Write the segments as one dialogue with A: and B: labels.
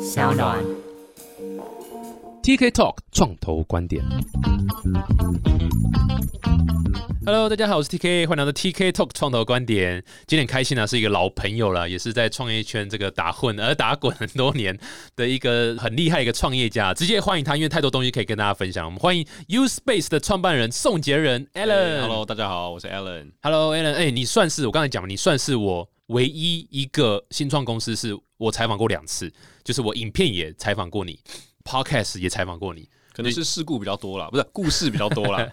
A: 小暖。
B: TK Talk 创投观点。Hello，大家好，我是 TK，欢迎来到 TK Talk 创投观点。今天很开心啊，是一个老朋友了，也是在创业圈这个打混而打滚很多年的一个很厉害的一个创业家。直接欢迎他，因为太多东西可以跟大家分享。我们欢迎 U Space 的创办人宋杰仁 Alan。
C: Hello，大家好，我是 Alan。
B: Hello，Alan，哎、你算是我刚才讲，你算是我唯一一个新创公司是我采访过两次，就是我影片也采访过你，Podcast 也采访过你，
C: 可能是事故比较多啦，不是故事比较多 啦，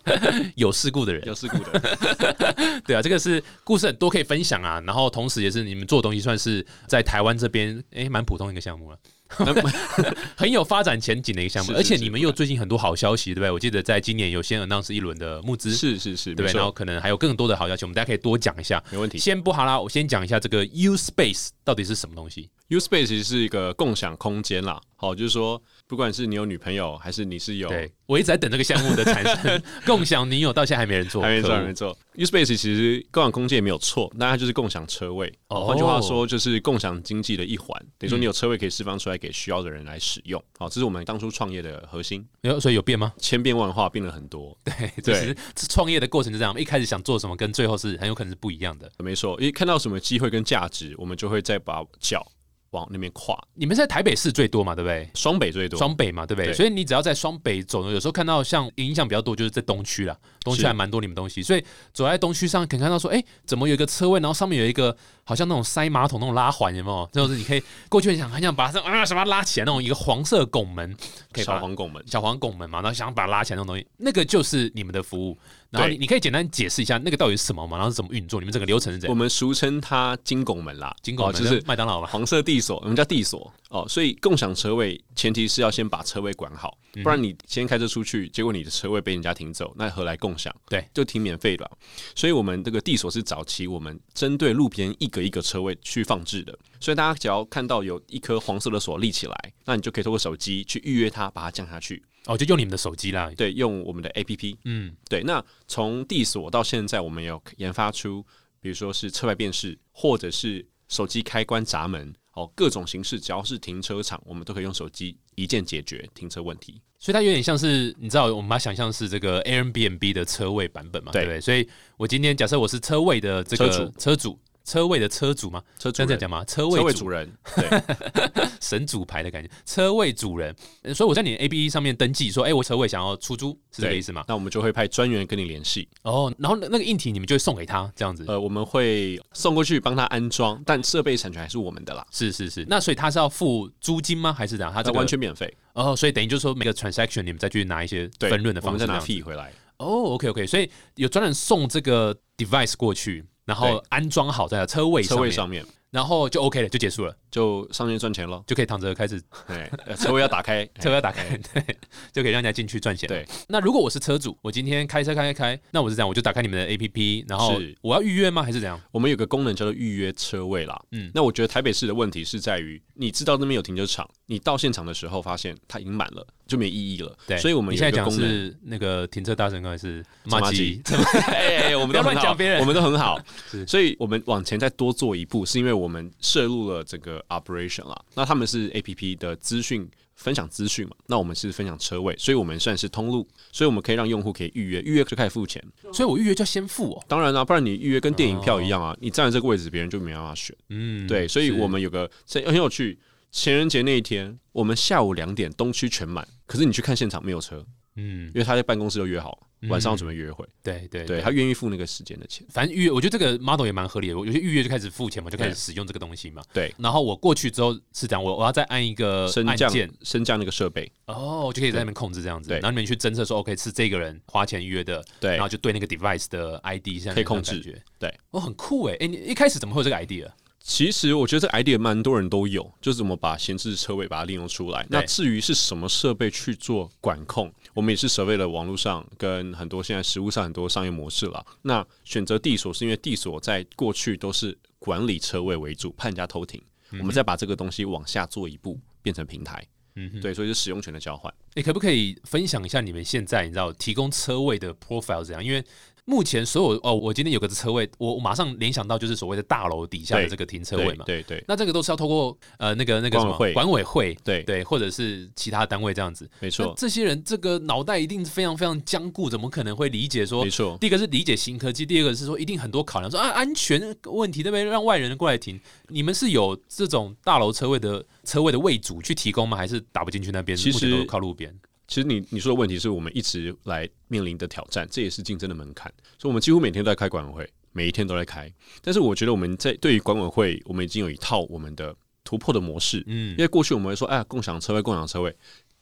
B: 有事故的人，
C: 有事故 的。
B: 对啊，这个是故事很多可以分享啊，然后同时也是你们做的东西算是在台湾这边哎蛮普通的一个项目了。 很有发展前景的一个项目，
C: 是
B: 而且
C: 是
B: 你们又最近很多好消息，对不对？我记得在今年有先 announce 一轮的募资，
C: 是是是，
B: 对不
C: 没
B: 对？然后
C: 错，
B: 可能还有更多的好消息，我们大家可以多讲一下。
C: 没问题。
B: 先不好啦，我先讲一下这个 U Space 到底是什么东西。
C: U Space 其实是一个共享空间啦，好，就是说，不管是你有女朋友，还是你是有
B: 对我一直在等这个项目的产 生，共享女友到现在还没人做，
C: 还没
B: 可
C: 错，
B: 恶
C: 还没错。Uspace 其实共享空间也没有错，那它就是共享车位。
B: 哦嗯
C: 换句话说，就是共享经济的一环。等于说，你有车位可以释放出来给需要的人来使用。好，这是我们当初创业的核心，
B: 有所以有变吗？
C: 千变万化，变了很多。
B: 对，就是这创业的过程就这样，一开始想做什么，跟最后是很有可能是不一样的。
C: 没错，一看到什么机会跟价值，我们就会再把脚往那边跨。
B: 你们是在台北市最多嘛，对不对？
C: 双北最多，
B: 双北嘛，对不对？
C: 对
B: 所以你只要在双北走呢，有时候看到像影响比较多，就是在东区啦，东区
C: 是
B: 还蛮多你们东西，所以走在东区上，可以看到说，哎，怎么有一个车位，然后上面有一个好像那种塞马桶那种拉环，有没有？就是你可以过去很想很想把它这样啊什么拉起来那种一个黄色拱门，可以把
C: 小
B: 它
C: 黄拱门。
B: 小黄拱门嘛，然后想把它拉起来那种东西，那个就是你们的服务。然后
C: 对
B: 你你可以简单解释一下那个到底是什么嘛，然后是怎么运作，你们整个流程是怎
C: 我
B: 样？
C: 们俗称它金拱门啦，
B: 金拱门、
C: 哦就是
B: 麦当劳嘛，
C: 黄色地锁，我们叫地锁哦。所以共享车位前提是要先把车位管好，
B: 嗯
C: 不然你先开车出去，结果你的车位被人家停走，那何来共享？
B: 对，
C: 就停免费吧。所以我们这个地锁是早期我们针对路边一个一个车位去放置的，所以大家只要看到有一颗黄色的锁立起来，那你就可以透过手机去预约它，把它降下去。
B: 哦，就用你们的手机啦。
C: 对，用我们的 APP，
B: 嗯，
C: 对，那从地锁到现在，我们有研发出，比如说是车牌辨识，或者是手机开关闸门，哦，各种形式，只要是停车场，我们都可以用手机一键解决停车问题。
B: 所以它有点像是，你知道，我们把它想象是这个 Airbnb 的车位版本嘛，对
C: 对
B: 不对？所以我今天假设我是车位的这个
C: 车主
B: 车主车位的车主嘛，
C: 车
B: 这
C: 主
B: 样
C: 人
B: 讲嘛，车
C: 车
B: 位
C: 位
B: 主
C: 主人，对，
B: 神主牌的感觉，车位主人。呃所以我在你的 A P E 上面登记说，哎、我车位想要出租，是这个
C: 对
B: 意思吗？
C: 那我们就会派专员跟你联系，
B: 哦，然后那那个硬体你们就会送给他这样子。
C: 呃，我们会送过去帮他安装，但设备产权还是我们的啦，
B: 是是是，那所以他是要付租金吗？还是怎样？他
C: 那、
B: 这个
C: 呃完全免费，
B: 哦，所以等于就是说每个 transaction 你们再去拿一些
C: 对，
B: 分润的
C: 我
B: 方
C: 们
B: 式
C: 再
B: 这
C: 拿
B: 样子。
C: fee 回来，
B: 哦，OK OK，所以有专人送这个 device 过去，然后
C: 对
B: 安装好在车位
C: 车
B: 上面，
C: 位上面
B: 然后就 OK 了，就结束了，
C: 就上面赚钱咯。
B: 就可以躺着开始
C: 哎，呃车位要打开，
B: 车要打开，对，就可以让人家进去赚钱。
C: 对，
B: 那如果我是车主，我今天开车开开开，那我是这样，我就打开你们的 APP，然后
C: 是
B: 我要预约吗？还是怎样？
C: 我们有个功能叫做预约车位啦。
B: 嗯
C: 嗯，那我觉得台北市的问题是在于，你知道那边有停车场，你到现场的时候发现它已经满了，就没意义了。
B: 对，
C: 所以我们
B: 你
C: 有
B: 现
C: 一
B: 在
C: 个
B: 讲
C: 功能。
B: 是那个停车大神还是
C: 马
B: 马吉
C: 吉？ 哎，哎我们都
B: 不要乱
C: 很好
B: 讲别人
C: 我们都很好
B: 是。
C: 所以我们往前再多做一步，是因为我们摄入了这个 operation 啦。那他们是 A P P 的资讯分享资讯嘛，那我们是分享车位，所以我们算是通路，所以我们可以让用户可以预约，预约就开始付钱。
B: 所以我预约就要先付哦。
C: 当然啦、不然你预约跟电影票一样啊，你站在这个位置，别人就没办法选。
B: 嗯，
C: 对，所以
B: 是
C: 我们有个这很有趣。情人节那一天，我们下午两点东区全满，可是你去看现场没有车，
B: 嗯
C: 因，为他在办公室都约好了，晚上要
B: 嗯
C: 准备约会，
B: 对对
C: 对他愿意付那个时间的钱。
B: 反正预约，我觉得这个 model 也蛮合理的。我有些预约就开始付钱嘛，就开始使用这个东西嘛。
C: 对，
B: 然后我过去之后是这样，我我要再按一个
C: 升
B: 呃按
C: 降
B: 键，
C: 升降那个设备，
B: 哦，我就可以在那边控制这样子。
C: 对
B: 然后你们去侦测说，OK 是这个人花钱预约的，
C: 对
B: 然后就对那个 device 的 ID 像
C: 可以控制。
B: 那种感觉
C: 对，
B: 哦，很酷哎！哎，你一开始怎么会有这个 ID 啊？
C: 其实我觉得这 idea 蛮多人都有，就是怎么把闲置车位把它利用出来。那至于是什么设备去做管控，我们也是设备了网络上跟很多现在实物上很多商业模式了。那选择地所是因为地所在过去都是管理车位为主，怕人家偷停。我们再把这个东西往下做一步，变成平台。
B: 嗯哼，
C: 对，所以是使用权的交换。
B: 你可不可以分享一下你们现在你知道提供车位的 profile 怎样？因为目前所有哦，我今天有个车位，我我马上联想到就是所谓的大楼底下的这个停车位嘛。
C: 对对，
B: 那这个都是要透过呃那个那个什么
C: 管委会
B: 管委会
C: 对
B: 对，或者是其他单位这样子。
C: 没
B: 那
C: 错，
B: 这些人这个脑袋一定非常非常坚固，怎么可能会理解说
C: 没？错，
B: 第一个是理解新科技，第二个是说一定很多考量，说啊安全问题，对不对？让外人过来停，你们是有这种大楼车位的车位的位主去提供吗？还是打不进去那边？
C: 其实
B: 目前都靠路边。
C: 其实你你说的问题是我们一直来面临的挑战，这也是竞争的门槛，所以我们几乎每天都在开管委会，每一天都在开。但是我觉得我们在对于管委会，我们已经有一套我们的突破的模式，
B: 嗯
C: 因为过去我们会说，哎，共享车位，共享车位，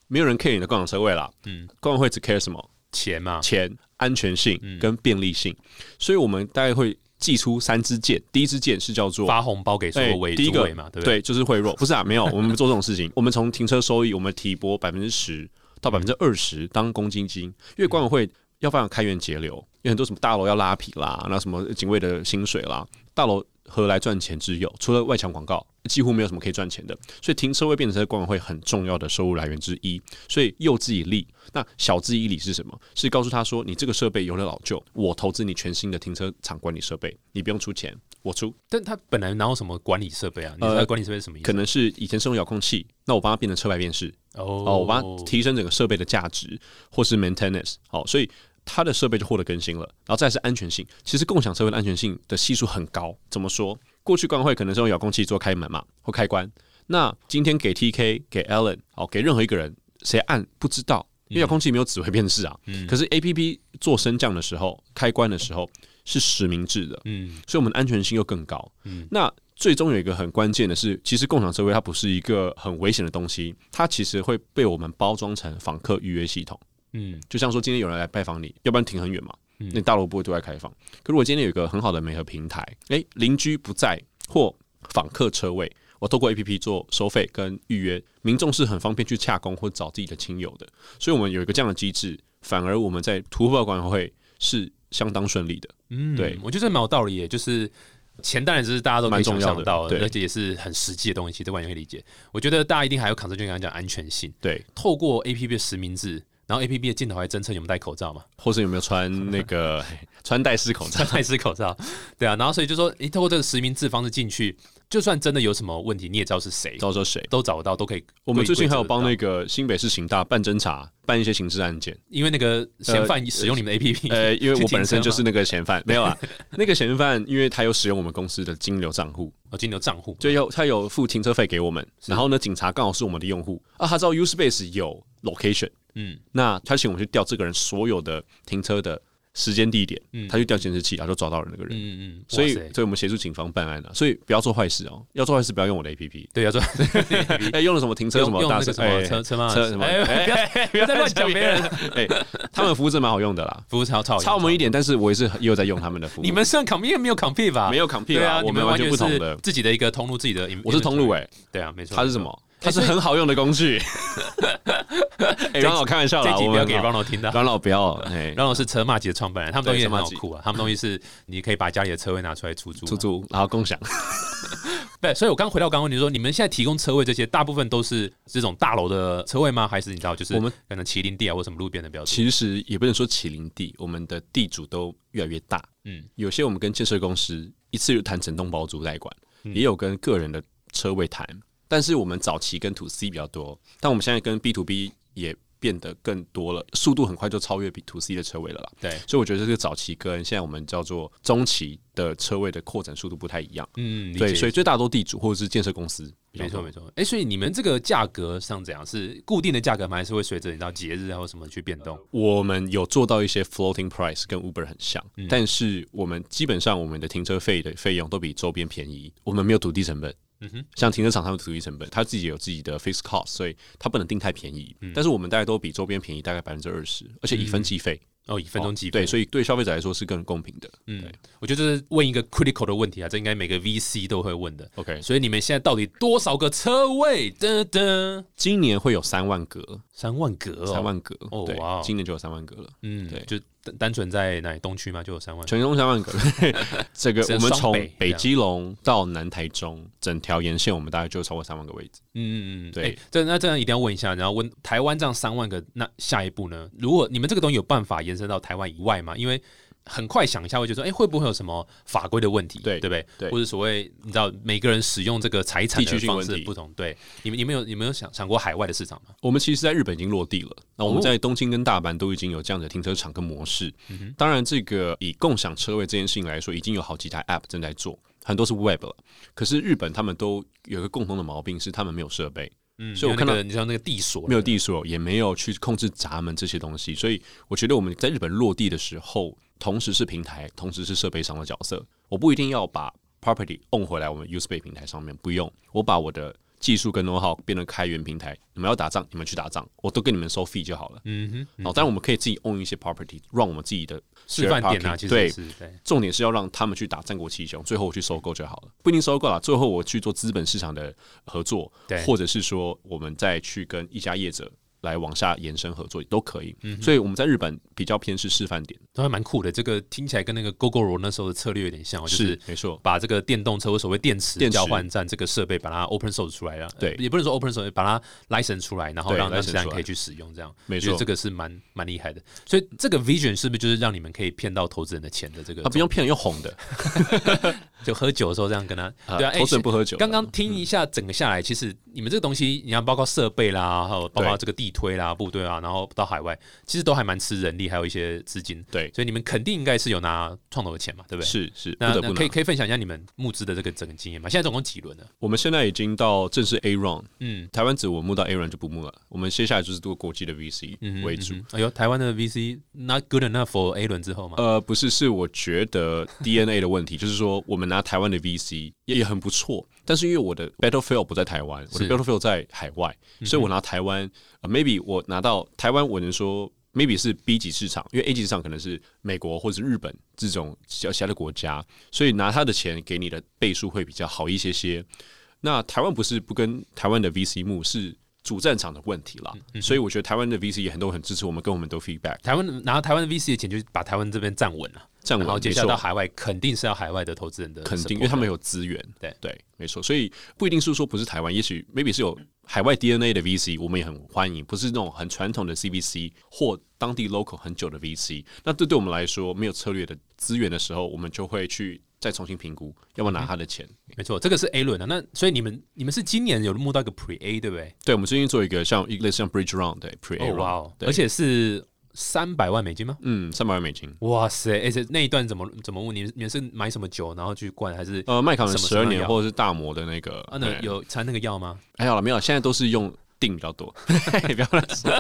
C: 没有人 care 你的共享车位啦，
B: 嗯，
C: 管委会只 care 什么？
B: 钱嘛，
C: 钱、安全性
B: 嗯
C: 跟便利性，所以我们大概会寄出三支箭，第一支箭是叫做
B: 发红包给所有委
C: 哎第一
B: 主
C: 个
B: 委嘛，对不对？
C: 对，就是贿赂，不是啊，没有，我们不做这种事情。我们从停车收益，我们提拨百分之十
B: 嗯
C: 到百分之二十当公积金，因为管委会要办开源节流，有很多什么大楼要拉皮啦，那什么警卫的薪水啦，大楼何来赚钱之有？除了外墙广告，几乎没有什么可以赚钱的，所以停车位变成管委会很重要的收入来源之一。所以诱之以利，那晓之以理是什么？是告诉他说，你这个设备有了老旧，我投资你全新的停车场管理设备，你不用出钱，我出。
B: 但他本来哪有什么管理设备啊？你
C: 呃
B: 知道管理设备是什么意思
C: 可？能是以前是用遥控器，那我帮它变成车牌辨识，
B: 哦
C: 哦，我帮它提升整个设备的价值，或是 maintenance，好、所以它的设备就获得更新了。然后再来是安全性，其实共享车位的安全性的系数很高。怎么说？过去管委会可能是用遥控器做开门嘛，或开关。那今天给 TK、给 Allen，哦，给任何一个人，谁按不知道，因为遥控器没有指挥辨识啊。可是 APP 做升降的时候，开关的时候是实名制的，
B: 嗯
C: 所以我们的安全性又更高。
B: 嗯
C: 那最终有一个很关键的是，其实共享车位它不是一个很危险的东西，它其实会被我们包装成访客预约系统。
B: 嗯
C: 就像说今天有人来拜访你，要不然停很远嘛，
B: 嗯
C: 那大楼不会对外开放。可如果今天有一个很好的媒合平台，诶、邻居不在或访客车位，我透过 APP 做收费跟预约，民众是很方便去洽公或找自己的亲友的。所以我们有一个这样的机制，反而我们在突破管委会是相当顺利的。
B: 嗯，
C: 对
B: 我觉得这蛮有道理耶，就是。钱当然只是大家都可以
C: 蛮重
B: 想
C: 要的
B: 象到的，
C: 对
B: 而且也是很实际的东西，这完全可以理解。我觉得大家一定还有 concern，就刚刚讲安全性，
C: 对，
B: 透过 A P P 的实名制，然后 A P P 的镜头还侦测你们戴口罩嘛，
C: 或是有没有穿那个 穿戴式口罩？
B: 戴式口罩，对啊，然后所以就说，你透过这个实名制方式进去，就算真的有什么问题，你也知道是谁，
C: 到时候谁？
B: 都找得到，都可以。
C: 我们最近还有
B: 对
C: 帮
B: 对
C: 那
B: 得到
C: 个新北市刑大办侦查，办一些刑事案件。
B: 呃因为那个嫌犯使 用你们的 A P P，
C: 呃，因为
B: 去
C: 我
B: 停
C: 本身
B: 车
C: 就是
B: 嘛
C: 那个嫌犯，没有啊。那个嫌犯，因为他有使用我们公司的金流账户，
B: 哦，金牛账户，
C: 就有他有付停车费给我们。然后呢，警察刚好是我们的用户啊，他知道 Uspace 有 location，
B: 嗯
C: 那他请我们去调这个人所有的停车的时间、地点，
B: 嗯
C: 他去调监视器，然后就抓到了那个人。
B: 嗯嗯，
C: 所以，
B: 哇塞
C: 所以我们协助警方办案了、所以不要做坏事哦，要做坏事不要用我的 APP。
B: 对啊，说
C: 哎、用了什么停车什
B: 用
C: 么
B: 用
C: 大
B: 那个
C: 声
B: 什么
C: 哎
B: 车车嘛
C: 车什么
B: 哎不要不要再乱讲别人， 哦
C: 哎、他们服务真蛮好用的啦，
B: 服务超超
C: 差我们一点，但是我也是很也有在用他们的服务。
B: 你们算 c o m p 没有 c o m p 吧？
C: 没有 compete
B: 对
C: 啦，
B: 啊，
C: 我
B: 你们
C: 完全
B: 全
C: 不同
B: 是
C: 的。
B: 自己的一个通路，自己的 inventory，
C: 我是通路哎、
B: 对啊，没错，
C: 他是什
B: 没错？
C: 么？他是
B: 所以
C: 很好用的 工具。哎，阮老开玩笑
B: 这一
C: 啦，
B: 集
C: 我
B: 不要
C: 们
B: 给 Ronald 听到。
C: 阮老不要，哎，
B: 然后是车马吉的创办人，他们
C: 对
B: 东西也很
C: 车
B: 好
C: 马吉
B: 酷啊！他们东西是你可以把家里的车位拿出来出租嘛，
C: 出租然后共享，
B: 对，所以我刚回到刚刚问你说，你们现在提供车位这些，大部分都是这种大楼的车位吗？还是你知道就是
C: 我们
B: 可能麒麟地啊或什么路边的标志？
C: 其实也不能说麒麟地，我们的地主都越来越大，
B: 嗯
C: 有些我们跟建设公司一次就谈整栋包租代管，
B: 嗯
C: 也有跟个人的车位谈。但是我们早期跟 to C 比较多，但我们现在跟 B to B 也变得更多了，速度很快就超越 B to C 的车位了啦。
B: 对，
C: 所以我觉得这个早期跟现在我们叫做中期的车位的扩展速度不太一样。
B: 嗯，理
C: 对，
B: 解
C: 所以最大都地主或者是建设公司比较
B: 没
C: 多。
B: 错没错。哎、所以你们这个价格上怎样？是固定的价格吗？还是会随着你到节日啊或什么去变动？
C: 我们有做到一些 floating price，跟 Uber 很像，
B: 嗯
C: 但是我们基本上我们的停车费的费用都比周边便宜，我们没有土地成本。
B: 嗯哼，
C: 像停车场他们土地成本，他自己有自己的 fixed cost，所以他不能定太便宜。
B: 嗯
C: 但是我们大概都比周边便宜大概百分之二十，而且以分计费，
B: 哦，以分钟计费、
C: 对，所以对消费者来说是更公平的。
B: 嗯，我觉得这是问一个 critical 的问题啊，这应该每个 VC 都会问的。
C: OK，
B: 所以你们现在到底多少个车位？噔噔，
C: 今年会有三万格，
B: 三万格哦，
C: 三，万格，
B: 哦
C: 对
B: 哇哦，
C: 今年就有三万格了。
B: 嗯，
C: 对
B: 就单单纯在哪里东区嘛，就有三万。
C: 全中三万个， 这个
B: 只有
C: 我们
B: 双
C: 从
B: 北这
C: 北
B: 样
C: 基隆到南台中，整条沿线我们大概就超过三万个位置。
B: 嗯嗯嗯，
C: 对
B: 诶这那这样一定要问一下，然后问台湾这样三万个，那下一步呢？如果你们这个东西有办法延伸到台湾以外吗？因为很快想一下，会觉得说，哎、会不会有什么法规的问题？
C: 对
B: 对不对？
C: 对
B: 或者所谓你知道每个人使用这个财产
C: 地
B: 的
C: 区性
B: 方
C: 问
B: 式
C: 题
B: 不同，对，你们你们有你们有想想过海外的市场吗？
C: 我们其实，在日本已经落地了。那我们
B: 哦
C: 在东京跟大阪都已经有这样的停车场跟模式。当然，这个以共享车位这件事情来说，已经有好几台 App 正在做，很多是 Web 了。可是日本他们都有一个共同的毛病，是他们没有设备，
B: 嗯，
C: 所以我
B: 没有那
C: 看到
B: 个你知道那个地锁
C: 没有地锁，也没有去控制闸门这些东西。所以，我觉得我们在日本落地的时候，同时是平台，同时是设备商的角色。我不一定要把 property own 回来我们 Usebay 平台上面，不用，我把我的技术跟 know how 变成开源平台。你们要打仗，你们去打仗，我都跟你们收费就好了。
B: 嗯哼，
C: 哦，当然我们可以自己 own 一些 property，让我们自己的
B: 示范点
C: share
B: 啊，
C: parking
B: 其实也
C: 对。
B: 是对，
C: 重点是要让他们去打战国七雄，最后我去收购就好了，不一定收购了，最后我去做资本市场的合作
B: 对，
C: 或者是说我们再去跟一家业者来往下延伸合作都可以。
B: 嗯
C: 所以我们在日本比较偏是示范点，
B: 都还蛮酷的。这个听起来跟那个 GoGoRo 那时候的策略有点像哦，就是
C: 没错，
B: 把这个电动车或所谓电池
C: 电池
B: 交换站这个设备，把它 open source 出来了，
C: 对
B: 也不能说 open source，把它 license 出来，然后
C: 对
B: 让让
C: license
B: 其他人
C: 出来
B: 可以去使用，这样，
C: 没
B: 我觉得
C: 错
B: 这个是蛮蛮厉害的。所以这个 vision 是不是就是让你们可以骗到投资人的钱的这个
C: 啊，？不用骗人，用哄的，
B: 就喝酒的时候这样跟他， 对啊，哎
C: 投资人不喝酒的。
B: 刚刚听一下整个下来，其实你们这个东西，你看包括设备啦，还有包括这个地推啦、部队啊，然后到海外，其实都还蛮吃人力，还有一些资金。
C: 对
B: 所以你们肯定应该是有拿创投的钱嘛，对不对？。
C: 是是，不
B: 那
C: 得
B: 那
C: 不
B: 可以
C: 拿。
B: 可以分享一下你们募资的这个整个经验吗？现在总共几轮呢？
C: 我们现在已经到正式 A round，
B: 嗯
C: 台湾只我募到 A round 就不募了，我们接下来就是做国际的 VC
B: 嗯
C: 为主。
B: 嗯哎呦，台湾的 VC not good enough for A 轮之后嘛，
C: 呃，不是，是我觉得 DNA 的问题，就是说我们拿台湾的 VC 也也很不错，但是因为我的 Battlefield 不在台湾，我的
B: 是嗯
C: Battlefield 在海外，所以我拿台湾、呃、，maybe 我拿到台湾，我能说 maybe 是 B 级市场，因为 A 级市场可能是美国或者日本这种其其他的国家，所以拿他的钱给你的倍数会比较好一些些。那台湾不是不跟台湾的 VC 募是。主战场的问题
B: 嗯
C: 啦，所以我觉得台湾的 VC 也很多很支持我们，跟我们都 feedback
B: 台湾拿台湾的 VC 的钱，就是把台湾这边站稳了，
C: 站稳，
B: 然后接下来
C: 没错
B: 到海外，肯定是要海外的投资人的 support 的，
C: 肯定，因为他们有资源。
B: 对
C: 对，没错，所以不一定是说不是台湾，也许 maybe 是有海外 DNA 的 VC，我们也很欢迎，不是那种很传统的 CVC 或当地 local 很久的 VC。那这对我们来说没有策略的资源的时候，我们就会去再重新评估，要不要拿他的钱。
B: 没错，这个是 A 轮的、啊那所以你们你们是今年有募到一个 Pre A 对不对？
C: 对，我们最近做一个像一类似像 bridge round 对 pre A
B: 哦
C: round，、
B: 哇哦，
C: 对
B: 而且是三百万美金吗？
C: 嗯，三百万美金。
B: 哇塞！而且那一段怎么怎么问你们？你们是买什么酒然后去灌，还是
C: 呃，麦卡伦
B: 什么
C: 十
B: 什
C: 二
B: 么
C: 年
B: 药
C: 或者是大摩的那个，
B: 啊？那
C: 哎
B: 有掺那个药吗？
C: 还好了，没有，现在都是用定比较 多， 哎不要乱说。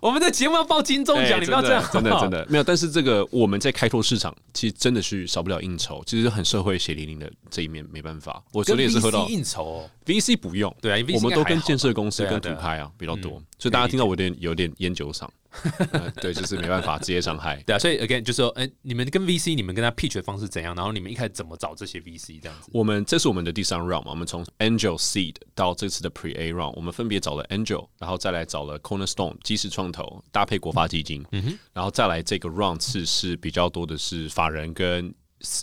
B: 我们的节目要报金钟
C: 哎
B: 奖，你不要这样，
C: 真的真的真的没有。但是这个我们在开拓市场，其实真的是少不了应酬，其实很社会血淋淋的这一面，没办法。我昨
B: 跟
C: 天也是喝
B: VC
C: 到
B: 应酬、哦，
C: VC 不用，
B: 对啊，VC
C: 我们
B: 应该
C: 都
B: 还
C: 跟
B: 好
C: 建设公司
B: 对啊
C: 跟土
B: 对啊
C: 拍啊比较多
B: 嗯，
C: 所以大家听到我有点有点烟酒嗓， 呃对，就是没办法，职业伤害。
B: 对啊，所以 again 就是说，哎、你们跟 VC 你们跟他 pitch 的方式怎样？然后你们一开始怎么找这些 VC 这样子？
C: 我们这是我们的第三 round 嘛，我们从 Angel Seed 到这次的 Pre A round，我们分别找了 Angel，然后再来找了 Cornerstone 基石创投搭配国发基金，然后再来这个 round 次是比较多的是法人跟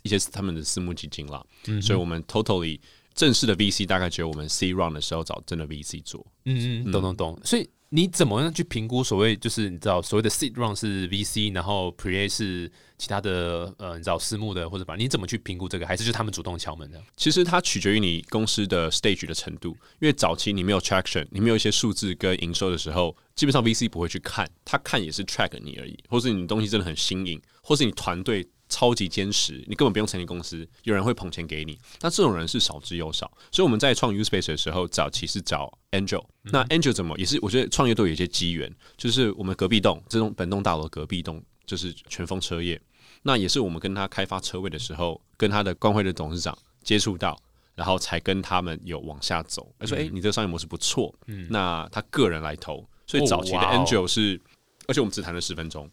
C: 一些他们的私募基金啦，所以我们 totally 正式的 VC 大概只有我们 C round 的时候找真的 VC 做，
B: 嗯嗯，懂懂懂。所以你怎么样去评估所谓就是你知道所谓的 seed round 是 VC，然后 pre A 是其他的呃你知道私募的或者把你怎么去评估这个？还是就他们主动敲门这样？
C: 其实它取决于你公司的 stage 的程度，因为早期你没有 traction，你没有一些数字跟营收的时候，基本上 VC 不会去看，他看也是 track 你而已，或是你东西真的很新颖，或是你团队超级坚实，你根本不用成立公司，有人会捧钱给你，那这种人是少之又少。所以我们在创 Uspace 的时候，早期是找 Angel，那 Angel 怎么也是我觉得创业都有一些机缘，就是我们隔壁栋这栋本栋大楼隔壁栋就是全峰车业。那也是我们跟他开发车位的时候，跟他的工会的董事长接触到，然后才跟他们有往下走。他
B: 嗯
C: 说：“哎、你这个商业模式不错，那他个人来投。”所以
B: 哦
C: 早期的
B: 哇哦
C: Angel 是，而且我们只谈了十分钟，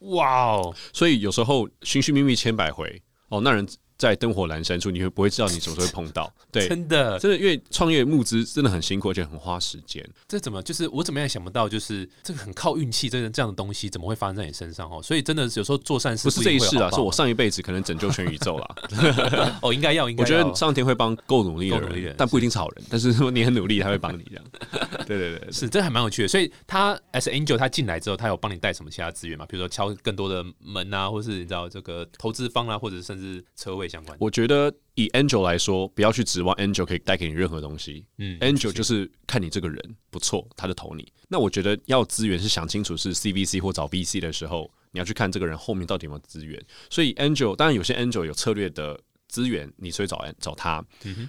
B: 哇哦，
C: 所以有时候寻寻觅觅千百回，哦，那人在灯火阑珊处，你会不会知道你什么时候会碰 到？对，
B: 真的，
C: 真的，因为创业募资真的很辛苦，而且很花时间。
B: 这怎么就是我怎么样也想不到，就是这个很靠运气，这个这样的东西怎么会发生在你身上哦？所以真的有时候做善事
C: 不是这一世
B: 啊，
C: 啊，是我上一辈子可能拯救全宇 宙啦。
B: 哦，应该要，应该
C: 我觉
B: 要
C: 得上天会帮够努力的
B: 够努力的
C: 人
B: 人，
C: 但不一定是好人。但是说你很努力，他会帮你这样。对对对，
B: 是，这还蛮有趣的。所以他 as angel 他进来之后，他有帮你带什么其他资源吗？比如说敲更多的门啊，或是你知道这个投资方啊，或者甚至车位相关的。
C: 我觉得以 Angel 来说，不要去指望 Angel 可以带给你任何东西。
B: 嗯
C: Angel 就是看你这个人不错，他就投你。那我觉得要资源是想清楚是 CVC 或找 VC 的时候，你要去看这个人后面到底有没有资源。所以 Angel 当然有些 Angel 有策略的资源，你所以找找他。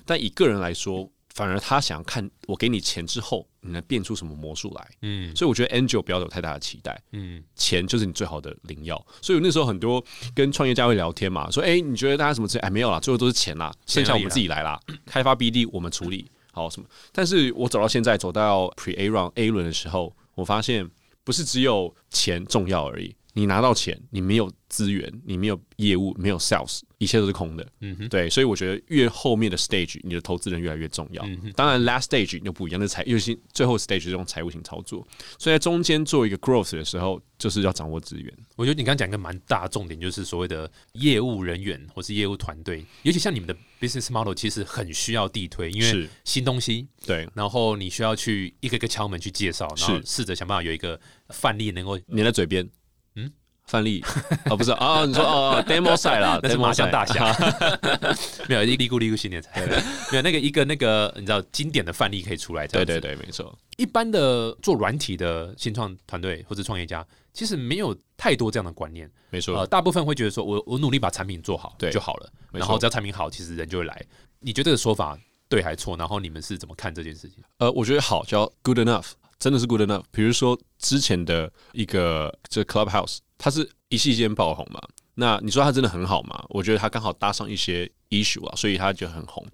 C: 但以个人来说，反而他想看我给你钱之后，你能变出什么魔术来。
B: 嗯
C: 所以我觉得 Angel 不要有太大的期待。
B: 嗯，
C: 钱就是你最好的灵药。所以我那时候很多跟创业家会聊天嘛，说：“哎、你觉得大家什么之类？哎，没有啦，最后都是钱啦，剩下我们自己来啦，开发 BD 我们处理好什么。”但是我走到现在，走到 Pre A round A 轮的时候，我发现不是只有钱重要而已。你拿到钱，你没有资源，你没有业务，没有 sales，一切都是空的。嗯哼，对，所以我觉得越后面的 stage，你的投资人越来越重要。当然，last stage 又不一样，那是财，尤其最后 stage 是用财务型操作。所以在中间做一个 growth 的时候，就是要掌握资源。
B: 我觉得你刚刚讲一个蛮大的重点，就是所谓的业务人员或是业务团队，尤其像你们的 business model，其实很需要地推，因为
C: 是
B: 新东西，
C: 对，
B: 然后你需要去一个一个敲门去介绍，然后
C: 是
B: 试着想办法有一个范例能够。
C: 粘在嘴边。
B: 嗯
C: 嗯，范例啊，不是啊，你说哦哦，demo 赛啦，
B: 那是
C: demo
B: 麻将大
C: 赛
B: 侠， 没有利咕利咕新年才，没有那个一个那个你知道经典的范例可以出来，这
C: 对
B: 样子
C: 对对，没错。
B: 一般的做软体的新创团队或者创业家，其实没有太多这样的观念。
C: 没
B: 呃，
C: 错，
B: 大部分会觉得说我我努力把产品做好
C: 对
B: 就好了，
C: 没错
B: 然后只要产品好，其实人就会来。你觉得这个说法对还错？然后你们是怎么看这件事情？
C: 呃，我觉得好叫 good enough，真的是 good enough。比如说之前的一个这 Clubhouse，它是一夕间爆红嘛。那你说它真的很好嘛？我觉得它刚好搭上一些 issue 啊，所以它就很红。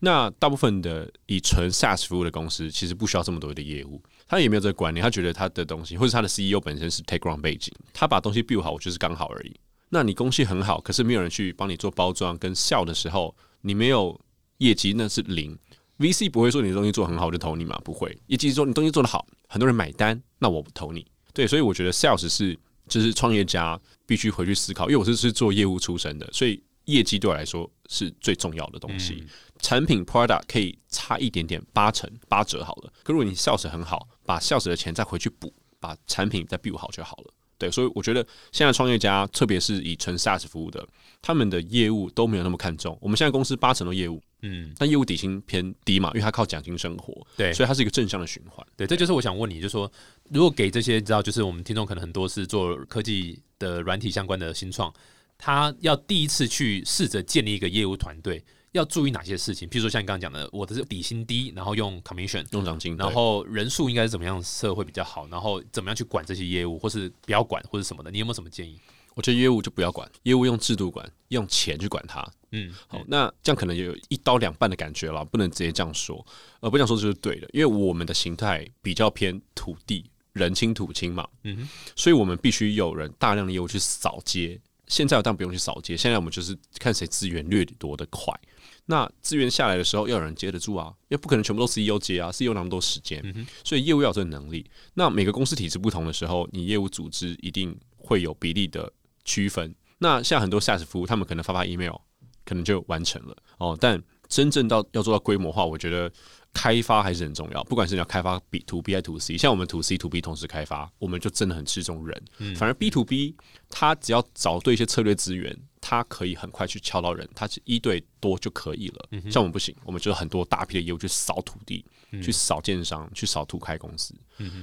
C: 那大部分的以纯 SaaS 服务的公司，其实不需要这么多的业务，他也没有这个观念，他觉得他的东西或者他的 CEO 本身是 take ground 背景，他把东西 build 好，我就是刚好而已。那你东西很好，可是没有人去帮你做包装跟笑的时候，你没有业绩那是零。VC 不会说你的东西做很好就投你嘛，不会。业绩说你东西做得好，很多人买单，那我不投你。对，所以我觉得 sales 是就是创业家必须回去思考，因为我是是做业务出身的，所以业绩对我来说是最重要的东西。产品 product 可以差一点点，八成八折好了。可如果你 sales 很好，把 sales 的钱再回去补，把产品再 build 好就好了。对，所以我觉得现在创业家，特别是以纯 SaaS 服务的，他们的业务都没有那么看重。我们现在公司八成都业务，
B: 嗯，
C: 但业务底薪偏低嘛，因为它靠奖金生活，
B: 对
C: 所以它是一个正向的循环。
B: 对，这就是我想问你，就是说如果给这些你知道，就是我们听众可能很多是做科技的软体相关的新创，他要第一次去试着建立一个业务团队，要注意哪些事情？譬如说像你刚刚讲的，我的是底薪低，然后用 commission，
C: 用奖金，
B: 然
C: 对
B: 后人数应该是怎么样设会比较好，然后怎么样去管这些业务，或是不要管或者什么的，你有没有什么建议？
C: 我觉得业务就不要管，业务用制度管，用钱去管它。
B: 嗯，
C: 好，那这样可能也有一刀两断的感觉了，不能直接这样说。呃，不想说这是对的，因为我们的形态比较偏土地，人亲土亲嘛，
B: 嗯哼，
C: 所以我们必须有人大量的业务去扫街。现在当然不用去扫街，现在我们就是看谁资源掠夺的快。那资源下来的时候，要有人接得住啊，因为不可能全部都 CEO 接啊，CEO 那么多时间，
B: 嗯
C: 所以业务要有这个能力。那每个公司体制不同的时候，你业务组织一定会有比例的区分。那像很多 SaaS 服务，他们可能发发 email，可能就完成了哦。但真正到要做到规模化，我觉得开发还是很重要。不管是你要开发 B to B 还 to C，像我们 to C to B 同时开发，我们就真的很吃重人。反而 B to B，他只要找对一些策略资源，他可以很快去敲到人，他是一对多就可以了。像我们不行，我们就是很多大批的业务去扫土地，去扫建商，去扫土开公司。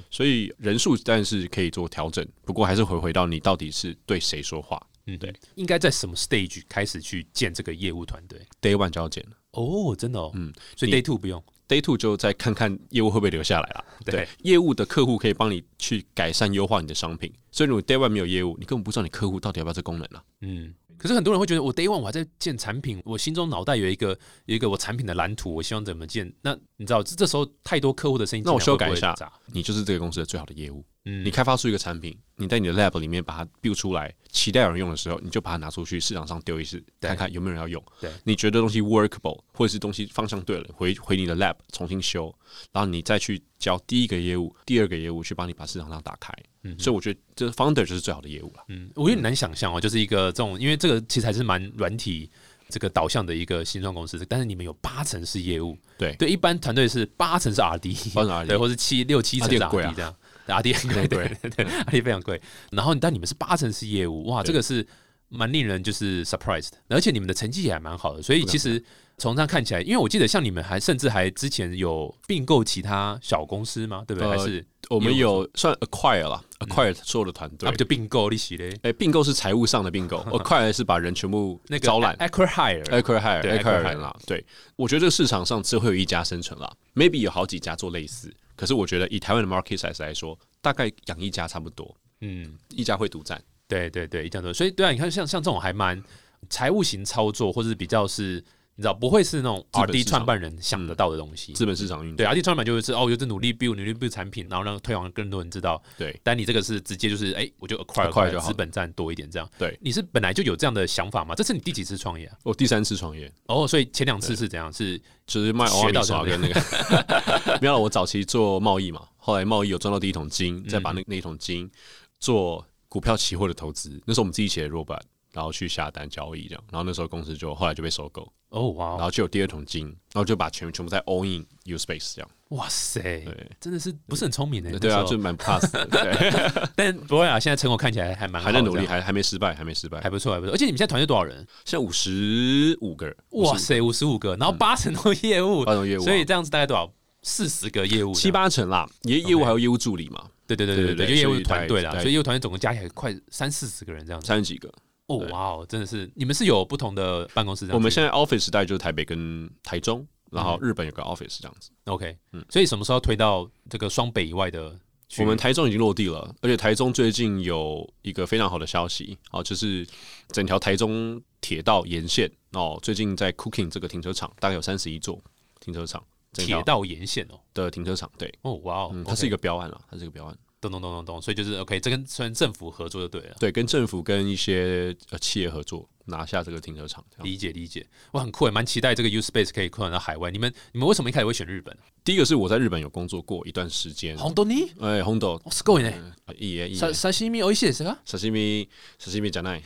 C: 所以人数但是可以做调整，不过还是回回到你到底是对谁说话。
B: 嗯，对，应该在什么 stage 开始去建这个业务团队？
C: Day one 就要减了
B: 哦，真的哦，嗯，所以 day two 不用，
C: Day two 就再看看业务会不会留下来啦。
B: 对
C: 业务的客户可以帮你去改善优化你的商品，所以如果 Day one 没有业务，你根本不知道你客户到底要不要这功能啊。
B: 嗯，可是很多人会觉得，我 day one 我还在建产品，我心中脑袋有一个有一个我产品的蓝图，我希望怎么建。那你知道，这这时候太多客户的声音，
C: 那我
B: 尽量
C: 修改
B: 会
C: 一下
B: 杂
C: 你就是这个公司的最好的业务。
B: 嗯
C: 你开发出一个产品，你在你的 lab 里面把它 build 出来，期待有人用的时候，你就把它拿出去市场上丢一次，
B: 对
C: 看看有没有人要用。
B: 对
C: 你觉得东西 workable 或者是东西方向对了，回回你的 lab 重新修，然后你再去教第一个业务、第二个业务去帮你把市场上打开。
B: 嗯哼
C: 所以我觉得这 founder 就是最好的业务了。
B: 嗯，我有点难想象哦，就是一个这种，因为这个其实还是蛮软体这个导向的一个新创公司，但是你们有八成是业务，
C: 对
B: 对，一般团队是八成是 R D，
C: 八成 RD
B: 嗯对，或是七六七成是
C: RD 很贵
B: R
C: 啊
B: D 这样。R D 很贵，对对对，R D 非常贵。然后，但你们是八成是业务，哇，
C: 对
B: 这个是蛮令人就是 surprised，的而且你们的成绩也还蛮好的。所以其实从这样看起来，因为我记得像你们还甚至还之前有并购其他小公司吗？对不对？
C: 呃
B: 还是
C: 我们
B: 业务
C: 有算 acquire 了，acquire 所有的团队
B: 他们。嗯啊就并购利息嘞？
C: 哎，并购是财务上的并购 ，acquire 是把人全部
B: 那个
C: 招揽。
B: a c u r Hire，
C: Acquire Hire
B: 对
C: Acquire
B: Acquire
C: 人啦，对我觉得这个市场上只会有一家生存啦，maybe 有好几家做类似，可是我觉得以台湾的 market size 来说，大概养一家差不多，
B: 嗯，
C: 一家会独占。
B: 对对对，一样多。所以对啊，你看像像这种还蛮财务型操作，或者比较是你知道不会是那种
C: 资本
B: R D
C: 市场嗯
B: 创办人想得到的东西。
C: 资本市场运
B: 对
C: 作，
B: ，R D 创办人就是哦，我就是努力 build 努力 build 产品，然后让推广更多人知道。
C: 对
B: 但你这个是直接就是哎，我就 acquire
C: Acquire 就好
B: 资本占多一点这样。
C: 对
B: 你是本来就有这样的想法吗？这是你第几次创业啊？
C: 我第三次创业，
B: 哦，所以前两次是怎样？是
C: 就是卖欧
B: 学
C: 米
B: 到
C: 耍
B: 这
C: 跟那个， 没有啦，我早期做贸易嘛，后来贸易有赚到第一桶金，再把
B: 嗯
C: 那那一桶金做股票期货的投资，那时候我们自己写的 robot，然后去下单交易这样，然后那时候公司就后来就被收购，
B: 哦哇
C: 然
B: 哦
C: 后就有第二桶金，然后就把全全部在 all in u space 这样，
B: 哇塞，
C: 对。
B: 真的是不是很聪明的？欸
C: 对啊，
B: 那时
C: 就
B: 候
C: 蛮怕死的， 对，
B: 但不会啊，现在成果看起来还蛮好
C: 还在努
B: 这
C: 力，
B: 样，
C: 还还没失败，还没失败，
B: 还不错还不错。而且你们现在团队多少人？啊
C: 现在五十五个人，
B: 哇塞，五十五个，然后八成都业务，
C: 嗯八种业务啊，
B: 所以这样子大概多少？四十个业务，
C: 七，八成啦，业业务
B: OK
C: 还有业务助理嘛，
B: 对对对对
C: 对
B: 对，
C: 对
B: 就
C: 对
B: 业
C: 所
B: 务
C: 以大概
B: 团队啦，
C: 大概
B: 所以业务团队总共加起来快三四十个人这样子。
C: 三十几个。
B: 哦，
C: 对
B: 哇哦，真的是，你们是有不同的办公室这样子。
C: 我们现在 office 时代就是台北跟台中，
B: 嗯
C: 然后日本有个 office 这样子。
B: OK，
C: 嗯
B: 所以什么时候推到这个双北以外的区域？
C: 我们台中已经落地了，而且台中最近有一个非常好的消息哦，就是整条台中铁道沿线哦，最近在 Cooking 这个停车场大概有三十一座停车场，整条
B: 铁道沿线哦，
C: 的停车场，对，
B: 哦哇哦，
C: 嗯，它是一
B: 个
C: 个标案啊，它是一个标案。
B: 咚咚咚咚咚，所以就是 OK，这跟虽然政府合作就对了。
C: 对，跟政府跟一些呃企业合作拿下这个停车场。这样
B: 理解理解，我很酷耶，欸蛮期待这个 U Space 可以扩展到海外。你们你们为什么一开始会选日本？
C: 第一个是我在日本有工作过一段时间，
B: 红豆泥，
C: 哎，红豆，
B: 哦，すごいね。
C: 呃一言一
B: 沙
C: 言，
B: 沙西米おいしいですか？
C: 沙西米，沙西米加奈，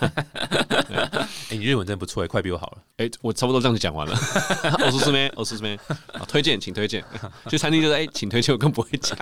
B: 哎、你日文真的不错哎，快比我好了。
C: 哎，我差不多这样就 讲完了。我说是咩？我说是咩？啊推荐，请推荐。去餐厅就是哎，请推荐，我更不会讲。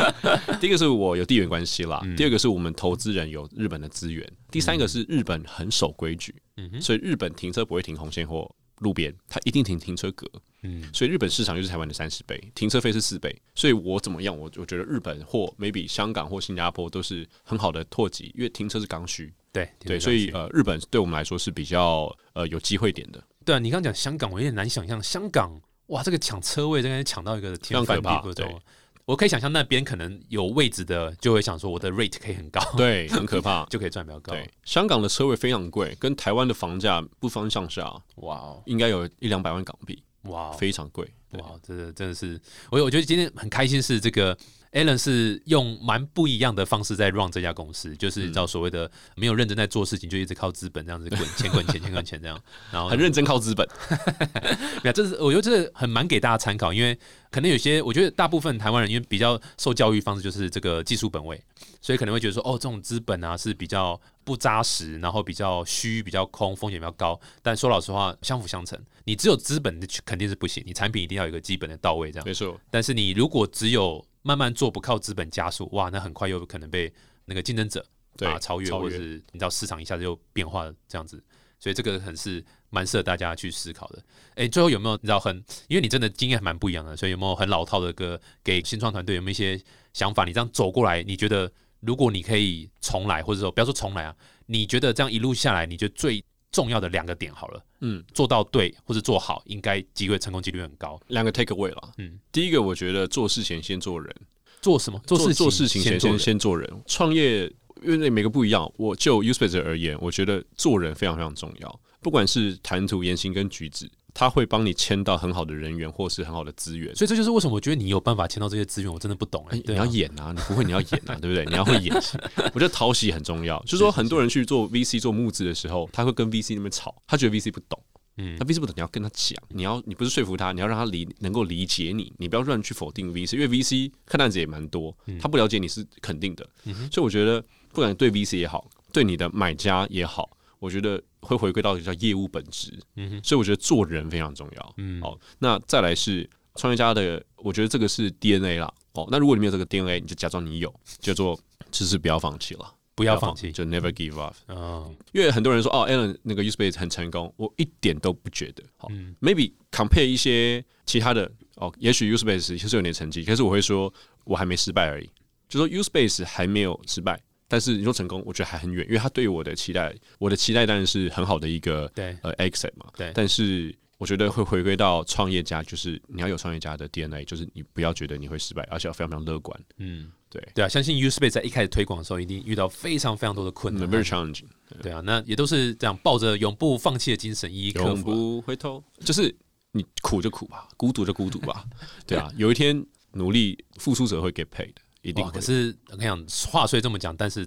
C: 第一个是我有地缘关系啦，
B: 嗯
C: 第二个是我们投资人有日本的资源，第三个是日本很守规矩，
B: 嗯哼
C: 所以日本停车不会停红线或路边，它一定停停车格。
B: 嗯，
C: 所以日本市场就是台湾的三十倍，停车费是四倍。所以我怎么样，我我觉得日本或 maybe 香港或新加坡都是很好的拓及，因为停车是刚需。
B: 对
C: 对，所以呃，日本对我们来说是比较呃有机会点的，
B: 对啊，你刚刚讲香港，我有点难想象香港哇，这个抢车位真的抢到一个天翻
C: 非常
B: 地
C: 可怕
B: 覆的
C: 对
B: 状况。我可以想象那边可能有位置的，就会想说我的 rate 可以很高，。
C: 对，很可怕
B: 就可以赚比较啊 高。
C: 对，香港的车位非常贵，跟台湾的房价不分上下，
B: 哇哦，
C: 应该有一两百万港币，
B: 哇哦，
C: 非常贵。对
B: 哇，这个真的是我，我觉得今天很开心是这个 Alan 是用蛮不一样的方式在 run 这家公司，就是你
C: 嗯
B: 知道所谓的没有认真在做事情，就一直靠资本这样子滚钱滚钱钱滚钱这样，然后
C: 很认真靠 资本，
B: 没有，这是我觉得这很蛮给大家参考，因为可能有些我觉得大部分台湾人因为比较受教育方式就是这个技术本位，所以可能会觉得说哦，这种资本啊是比较不扎实，然后比较虚、比较空，风险比较高。但说老实话，相辅相成，你只有资本的肯定是不行，你产品一定要有一个基本的到位这样。
C: 没错，
B: 但是你如果只有慢慢做，不靠资本加速，哇，那很快又可能被那个竞争者
C: 对
B: 把它超越，
C: 超越
B: 或者是你知道市场一下子就变化了这样子，所以这个很是蛮适合大家去思考的。哎、最后有没有你知道很，因为你真的经验还蛮不一样的，所以有没有很老套的歌给新创团队有没有一些想法？你这样走过来，你觉得如果你可以重来，或者说不要说重来啊，你觉得这样一路下来，你觉得最重要的两个点好了，
C: 嗯，
B: 做到对或者做好，应该机会成功几率很高。
C: 两个 take away 啦。
B: 嗯
C: 嗯，第一个我觉得做事前先做人，
B: 做什么？做事情
C: 做事情
B: 先
C: 前
B: 做
C: 先
B: 人
C: 先做人。创业因为每个不一样。我就 Uspace 而言，我觉得做人非常非常重要，不管是谈吐、言行跟举止，他会帮你签到很好的人员或是很好的资源。
B: 所以这就是为什么我觉得你有办法签到这些资源，我真的不懂哎、
C: 哎、
B: 对
C: 你
B: 啊
C: 要演啊，你不会你要演 啊，对不对？你要会演戏。我觉得讨喜很重要，就是说很多人去 做 VC 做募资的时候，他会跟 VC 那边吵，他觉得 VC 不懂。
B: 嗯
C: 那 VC 不懂，你要跟他讲，你要你不是说服他，你要让他理能够理解你，你不要乱去否定 VC，因为 VC 看案子也蛮多，
B: 嗯
C: 他不了解你是肯定的，所以我觉得不管对 VC 也好，对你的买家也好，我觉得会回归到一个叫业务本质，
B: 嗯
C: 所以我觉得做人非常重要。嗯，好，那再来是创业家的，我觉得这个是 DNA 啦。哦，那如果你没有这个 DNA，你就假装你有，叫做就是不要放弃了，
B: 不
C: 不
B: 要放弃。
C: 就 never give up。
B: 嗯，
C: 因为很多人说哦，Alan 那个 Uspace 很成功，我一点都不觉得。好、m
B: 嗯
C: a y b e compare 一些其他的哦，也许 Uspace 就是有点成绩，可是我会说我还没失败而已，就说 Uspace 还没有失败。但是你说成功，我觉得还很远，因为他对我的期待，我的期待当然是很好的一个
B: 对
C: 呃 exit 嘛。
B: 对
C: 但是我觉得会回归到创业家，就是你要有创业家的 DNA，就是你不要觉得你会失败，而且要非常非常乐观。嗯，对，
B: 对啊，相信 Uspace 在一开始推广的时候，一定遇到非常非常多的困难。
C: very challenging。
B: 对啊，那也都是这样抱着永不放弃的精神一一克
C: 永
B: 服啊。
C: 不回头，就是你苦就苦吧， 孤独就孤独吧，对啊，有一天努力付出者会 get paid，一定
B: 哇，
C: 会
B: 可，是我跟你讲，话虽这么讲，但是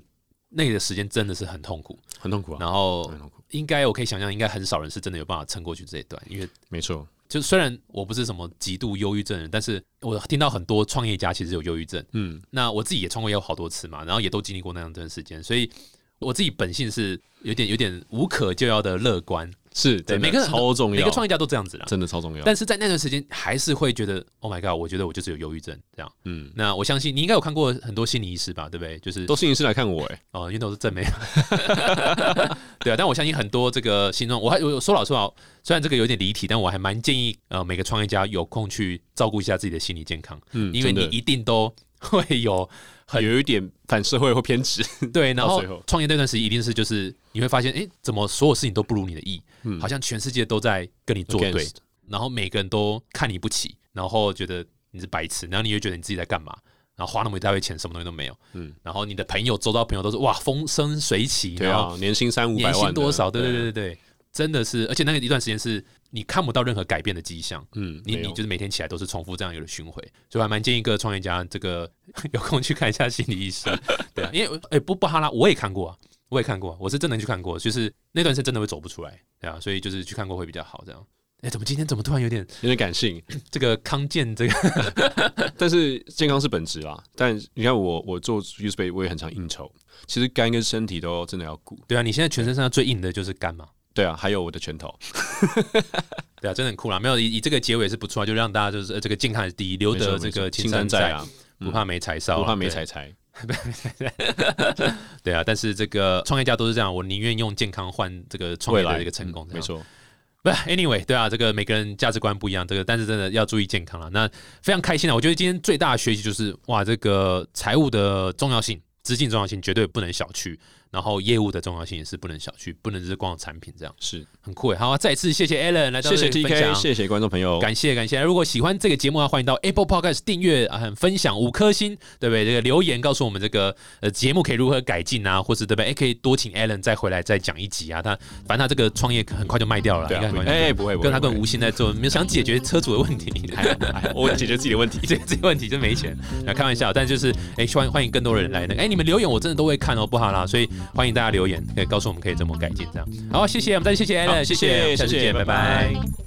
B: 那个时间真的是很痛苦。
C: 很痛苦啊，
B: 然后
C: 很痛苦，
B: 应该我可以想象，应该很少人是真的有办法撑过去这一段，因为
C: 没错，
B: 就虽然我不是什么极度忧郁症的人，但是我听到很多创业家其实有忧郁症，
C: 嗯，
B: 那我自己也创过业好多次嘛，然后也都经历过那样的时间，所以我自己本性是有点有点无可救药的乐观，
C: 是
B: 对
C: 真的
B: 每个人
C: 超重
B: 每
C: 要
B: 个，创业家都这样子啦。
C: 真的超重要，
B: 但是在那段时间，还是会觉得，Oh my god，我觉得我就是有忧郁症这样。
C: 嗯，
B: 那我相信你应该有看过很多心理医师吧，对不对？就是
C: 都是你是来看我哎，
B: 哦，因为都是正妹， 对啊。但我相信很多这个心中，我还我说老实话，虽然这个有点离题，但我还蛮建议呃每个创业家有空去照顾一下自己的心理健康，
C: 嗯，
B: 因为
C: 真
B: 你
C: 的
B: 一定都会 有很
C: 有一点反社会或偏执，
B: 对，然
C: 到
B: 后
C: 最后
B: 创业那段时间一定是就是你会发现，哎、怎么所有事情都不如你的意，好像全世界都在跟你作对
C: 嗯 Against，
B: 然后每个人都看你不起，然后觉得你是白痴，然后你又觉得你自己在干嘛，然后花那么一大堆钱，什么东西都没有，
C: 嗯
B: 然后你的朋友周遭朋友都是哇风生水起，
C: 对
B: 然后
C: 啊，年薪三五
B: 年
C: 百万
B: 薪
C: 的
B: 多少，对对对，对对，真的是，而且那个一段时间是你看不到任何改变的迹象。
C: 嗯，
B: 你
C: 没
B: 你
C: 有
B: 就是每天起来都是重复这样一个巡回，所以我还蛮建议各位创业家这个 有空去看一下心理医 生，对啊，因为哎、不巴哈拉我也看过啊，我也看过啊、我是真的去看过，就是那段是真的会走不出来，对啊，所以就是去看过会比较好这样。哎、怎么今天怎么突然有点
C: 有点感性，
B: 这个康健这个
C: 但是健康是本质啊。但你看我我做 Uspace 我也很常应酬，其实肝跟身体都真的要顾，
B: 对啊，你现在全身上下最硬的就是肝嘛，
C: 对啊，还有我的拳头，
B: 对啊，真的很酷啦。没有以以这个结尾是不错啊，就让大家就是、呃这个健康是第一，留
C: 没
B: 得
C: 错
B: 这
C: 没
B: 个
C: 错
B: 青
C: 青
B: 山
C: 山
B: 在
C: 在啊，
B: 不怕没柴烧啊，
C: 不怕没
B: 对
C: 柴柴。
B: 对啊，但是这个创业家都是这样，我宁愿用健康换这个创业
C: 未
B: 的
C: 来
B: 一个成功，
C: 嗯没。错，
B: 不，anyway，对啊，这个每个人价值观不一样，这个但是真的要注意健康了。那非常开心啊！我觉得今天最大的学习就是，哇，这个财务的重要性、资金重要性绝对不能小觑，然后业务的重要性也是不能小觑，不能只是光有产品这样，
C: 是
B: 很酷耶。好、啊，再一次谢谢 Alan 来到
C: 谢
B: 这
C: 谢
B: 里分享
C: TK，谢谢观众朋友，
B: 感谢感谢。如果喜欢这个节目的话，欢迎到 Apple Podcast 订阅啊，很分享五颗星，对不对？这个留言告诉我们这个呃节目可以如何改进啊，或是对不对？哎，可以多请 Alan 再回来再讲一集啊。他反正他这个创业很快就卖掉了啦，
C: 对
B: 应该
C: 啊，
B: 很
C: 不
B: 快就
C: 会
B: 卖掉
C: 哎，不会，不会
B: 跟他
C: 不
B: 跟
C: 会
B: 吴昕在做，没有想解决车主的问题，
C: 哎我解决自己的 问题，
B: 这这个问题真没钱，啊，开玩笑，但就是哎，欢欢迎更多人来那个，哎，你们留言我真的都会看哦，不好啦，所以欢迎哎大家留言，可以告诉我们可以怎么改进这样。好，谢谢，我们再次谢谢 a l
C: 好
B: a
C: 谢谢
B: 谢，我们下次
C: 谢谢
B: 见，
C: 拜拜
B: 拜拜